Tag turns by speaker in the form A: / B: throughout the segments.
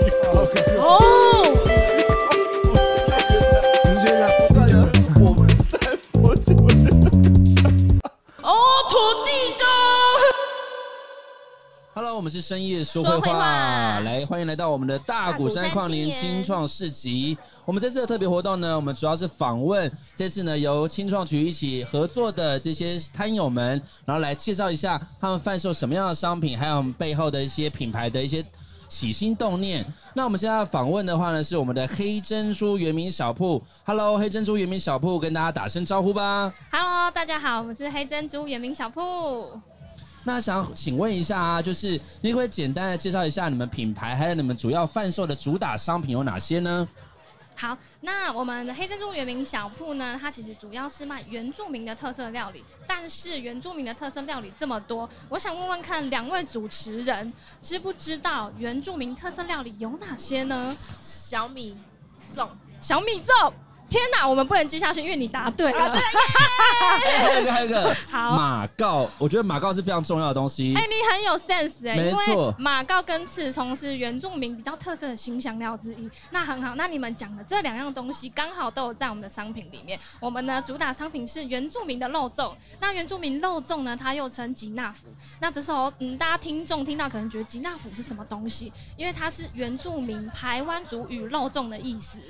A: 用。
B: 哦，
A: 我们在佛祖
B: 哦，土地公，
C: Hello，我们是深夜说
B: 说
C: 会
B: 会话
C: 话，来欢迎来到我们的大鼓山跨年新创市集。我们这次的特别活动呢，我们主要是访问这次呢由青创局一起合作的这些摊友们，然后来介绍一下他们贩售什么样的商品，还有我们背后的一些品牌的一些。起心动念，那我们现在要访问的话呢，是我们的黑珍珠原名小铺。Hello，黑珍珠原名小铺，跟大家打声招呼吧。
D: Hello，大家好，我是黑珍珠原名小铺。
C: 那想请问一下啊，就是你会简单的介绍一下你们品牌，还有你们主要贩售的主打商品有哪些呢？
D: 好，那我们的黑珍珠原名小铺呢，它其实主要是卖原住民的特色料理，但是原住民的特色料理这么多，我想问问看两位主持人知不知道原住民特色料理有哪些呢？
B: 小米粽，
D: 小米粽。天哪，我们不能接下去，因为你答对
B: 啊
D: 了。
C: 哎还有一个，还有一个
D: 好，
C: 马告，我觉得马告是非常重要的东西。
D: 哎、你很有 sense 哎、
C: 没
D: 因
C: 错
D: 为马告跟刺葱是原住民比较特色的新香料之一。那很好，那你们讲的这两样东西刚好都有在我们的商品里面。我们呢主打商品是原住民的肉粽，那原住民肉粽呢，它又称吉纳福。那这时候，嗯，大家听众听到可能觉得吉纳福是什么东西，因为它是原住民排湾族语肉粽的意思。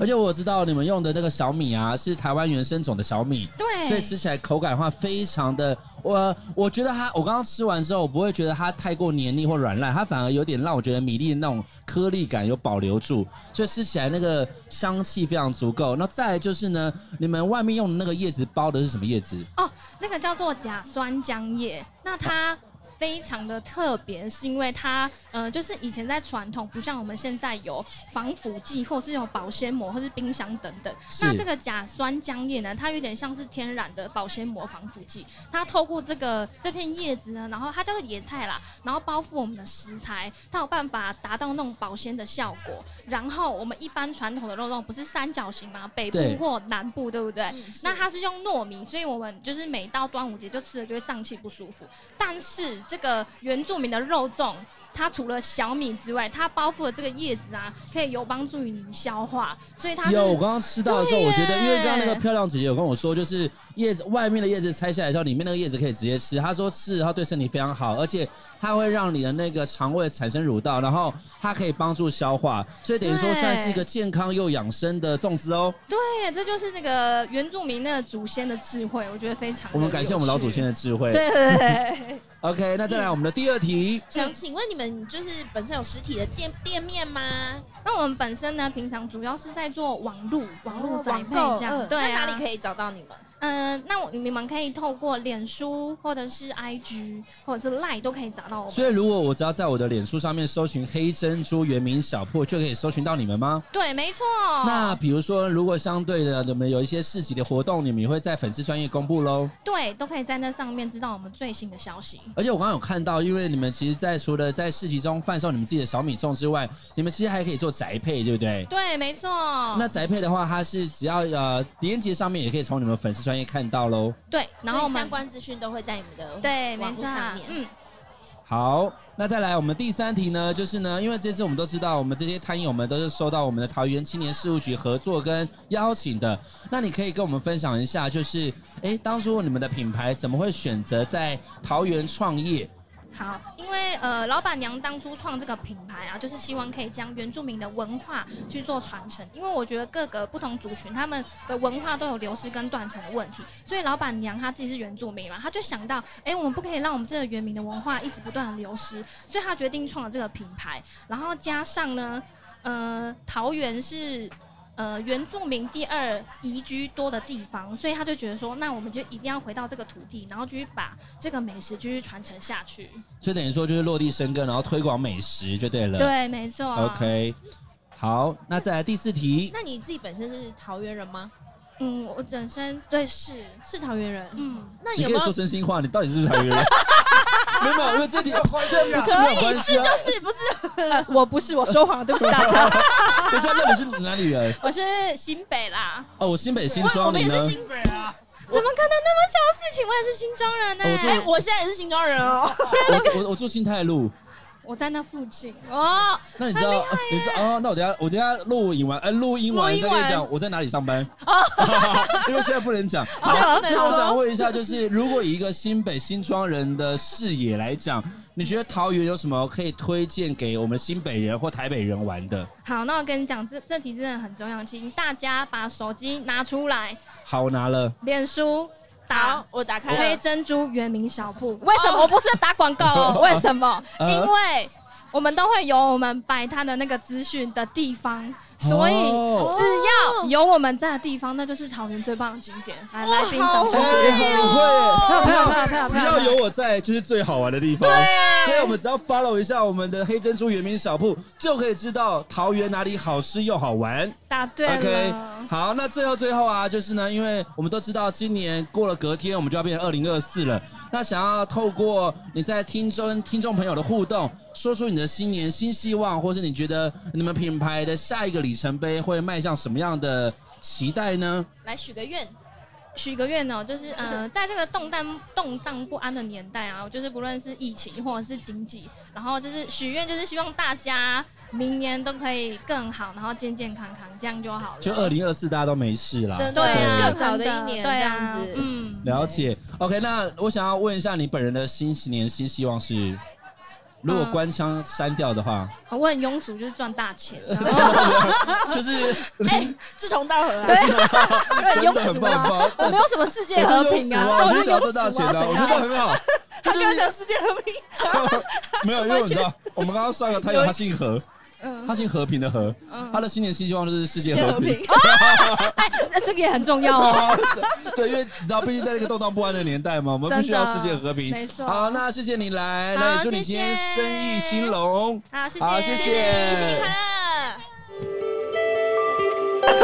C: 而且我知道你们用的那个小米啊，是台湾原生种的小米，
D: 对，
C: 所以吃起来口感的话非常的，我我觉得它，我刚刚吃完之后，我不会觉得它太过黏腻或软烂，它反而有点让我觉得米粒的那种颗粒感有保留住，所以吃起来那个香气非常足够。那再来就是呢，你们外面用的那个叶子包的是什么叶子？
D: 哦那个叫做假酸浆叶，那它非常的特别，是因为它呃，就是以前在传统不像我们现在有防腐剂，或是有保鲜膜，或是冰箱等等。
C: 是
D: 那这个假酸浆叶呢，它有点像是天然的保鲜膜防腐剂，它透过这个这片叶子呢，然后它叫做野菜啦，然后包覆我们的食材，它有办法达到那种保鲜的效果。然后我们一般传统的肉粽不是三角形吗？北部
C: 对
D: 或南部，对不对？那
B: 那
D: 它
B: 它
D: 是用糯米，所以我们就是每到端午节就吃了就会胀气不舒服。但是这个原住民的肉粽，它除了小米之外，它包覆的这个叶子啊，可以有帮助于你消化，所以它是
C: 有，我刚刚吃到的时
D: 对
C: 候，
D: 耶
C: 我觉得，因为刚刚那个漂亮姐姐有跟我说，就是叶子外面的叶子拆下来之后，里面那个叶子可以直接吃。她说吃，然后对身体非常好，而且它会让你的那个肠胃产生乳道，然后它可以帮助消化，所以等于说
D: 对
C: 算是一个健康又养生的粽子哦。
D: 对，这就是那个原住民那个祖先的智慧，我觉得非常。
C: 我们感谢我们老祖先。的智慧。
D: 对对对，
C: OK，那再来我们的第二题，
B: 想请问你们就是本身有实体的店店面吗？
D: 那我们本身呢，平常主要是在做网路、网路宅配这样，
B: 哦嗯
D: 对、啊、
B: 那哪里可以找到你们？
D: 嗯、那我你们可以透过脸书或者是 IG 或者是 Line 都可以找到我们。
C: 所以如果我只要在我的脸书上面搜寻“黑珍珠原名小铺”，就可以搜寻到你们吗？
D: 对，没错。
C: 那比如说，如果相对的你们有一些市集的活动，你们也会在粉丝专业公布喽。
D: 对，都可以在那上面知道我们最新的消息。
C: 而且我刚刚有看到，因为你们其实，在除了在市集中贩售你们自己的小米粽之外，你们其实还可以做宅配，对不对？
D: 对，没错。
C: 那宅配的话，它是只要呃连接上面也可以从你们粉丝专业看到喽。
D: 对，然后我
B: 所以相
D: 们
B: 关资讯都会在你们的
D: 对，没
B: 网
D: 错
B: 络上面。
D: 嗯，
C: 好，那再来我们第三题呢，就是呢，因为这次我们都知道，我们这些摊友们都是收到我们的桃园青年事务局合作跟邀请的。呃那你可以跟我们分享一下，就是诶，当初你们的品牌怎么会选择在桃园创业？
D: 好，因为呃，老板娘当初创这个品牌啊，就是希望可以将原住民的文化去做传承。因为我觉得各个不同族群他们的文化都有流失跟断层的问题，所以老板娘她自己是原住民嘛，她就想到，哎，我们不可以让我们这个原民的文化一直不断的流失，所以她决定创了这个品牌。然后加上呢，呃，桃园是。呃，原住民第二宜居多的地方，所以他就觉得说，那我们就一定要回到这个土地，然后继续把这个美食继续传承下去。
C: 所以等于说就是落地生根，然后推广美食就对了。
D: 对，没错、啊。
C: OK，好，那再来第四题。
B: 那你自己本身是桃园人吗？
D: 嗯，我本身对是
B: 是桃园人。
D: 嗯，
B: 那
C: 你
B: 有
C: 可以
B: 没有
C: 说真心话，你到底是不是桃园人？没有，没有因为这题这不是没有
B: 可以
C: 关
B: 是
C: 系啊。
B: 就是不是？
D: 呃我不是我说谎，对不起大家，
C: 等一下，那你是哪里人？
D: 我是新北啦，
C: 哦，我新北新
B: 我
C: 庄，
B: 们
C: 你
B: 也
C: 呢
B: 是？新北啊！
D: 怎么可能那么小的事情？我也是新庄人呢、
C: 哦我
B: 哎、
C: 住
B: 我现在也是新庄人哦。
C: 我我我住新泰路。
D: 哎我在那附近哦，
C: 那你知道？你知道？哦，那我等一下我等一下录影完，哎，录音完
B: 录音
C: 再
B: 完
C: 跟你讲我在哪里上班。 因为现在不能讲。好，
B: 好不能
C: 那我
B: 说
C: 想问一下，就是如果以一个新北新庄人的视野来讲，你觉得桃园有什么可以推荐给我们新北人或台北人玩的？
D: 好，那我跟你讲，这这题真的很重要，请大家把手机拿出来，
C: 好，我拿了。
D: 脸书打
B: 好，我打开
D: 黑
B: 了。
D: 珍珠原名小铺，为什么我不是在打广告、哦？ 为什么？
C: 呃
D: 因为我们都会有我们摆摊的那个资讯的地方，所以
C: 哦
D: 只要有我们在的地方，那就是桃园最棒的景点。来，来宾掌声鼓
C: 哎，
D: 励。
C: 很会，只
D: 漂亮漂亮漂
C: 要
D: 亮
C: 只
D: 漂亮
C: 要有我在，就是最好玩的地方。对，所以我们只要 follow 一下我们的黑珍珠原名小铺，就可以知道桃园哪里好吃又好玩。
D: 答对了
C: OK，好，那最后最后啊，就是呢，因为我们都知道今年过了隔天，我们就要变成二零二四了。那想要透过你在听众听众朋友的互动，说出你的新年新希望，或是你觉得你们品牌的下一个里程碑会迈向什么样的期待呢？
B: 来许 个愿，
D: 许个愿哦，就是呃，在这个动荡动荡不安的年代啊，就是不论是疫情或者是经济，然后就是许愿，就是希望大家明年都可以更好，然后健健康康，这样就好了。
C: 就二零二四大家都没事啦，
B: 真的
D: 对啊，
B: 更早的一
D: 真的对
B: 年这
D: 啊
B: 样子
D: 嗯，
C: 了解。OK，那我想要问一下，你本人的新年新希望是？如果
D: 嗯
C: 官腔删掉 的话，
D: 我很庸俗，就是赚大 钱，
C: 就是
B: 哎、志同道合啊！
D: 对
C: 真的很
D: 庸俗
C: 棒
D: 啊，
C: 棒。
D: 我没有什么世界和平啊，
C: 我
D: 我
C: 就
D: 就
C: 想赚
D: 庸
C: 大
D: 俗
C: 钱
D: 啊，
C: 啊，我
D: 怎
C: 觉得
D: 样？
C: 很好。
B: 他刚刚讲世界和平，
C: 没有，因为你知道，我们刚刚上个他有他姓何，
D: 嗯
C: 他姓和平的和，他
D: 嗯，
C: 的新年新希望就是世
B: 世
C: 界
B: 界
C: 和
B: 和
C: 平。
B: 平。
D: 哎， 那这个也很重要哦，
C: 对，因为你知道，毕竟在这个动荡不安的年代嘛，我们必须要世界和平。
D: 没错。
C: 好，那谢谢你来，
D: 好
C: 那也祝你今天
D: 谢谢
C: 生意兴隆。
D: 好，谢
C: 好
D: 谢，
C: 谢
B: 谢谢你，新年快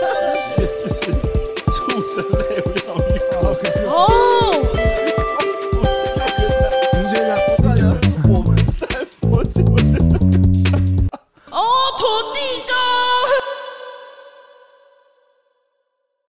B: 乐！
A: 就是畜生类不要命。
B: 哦。哦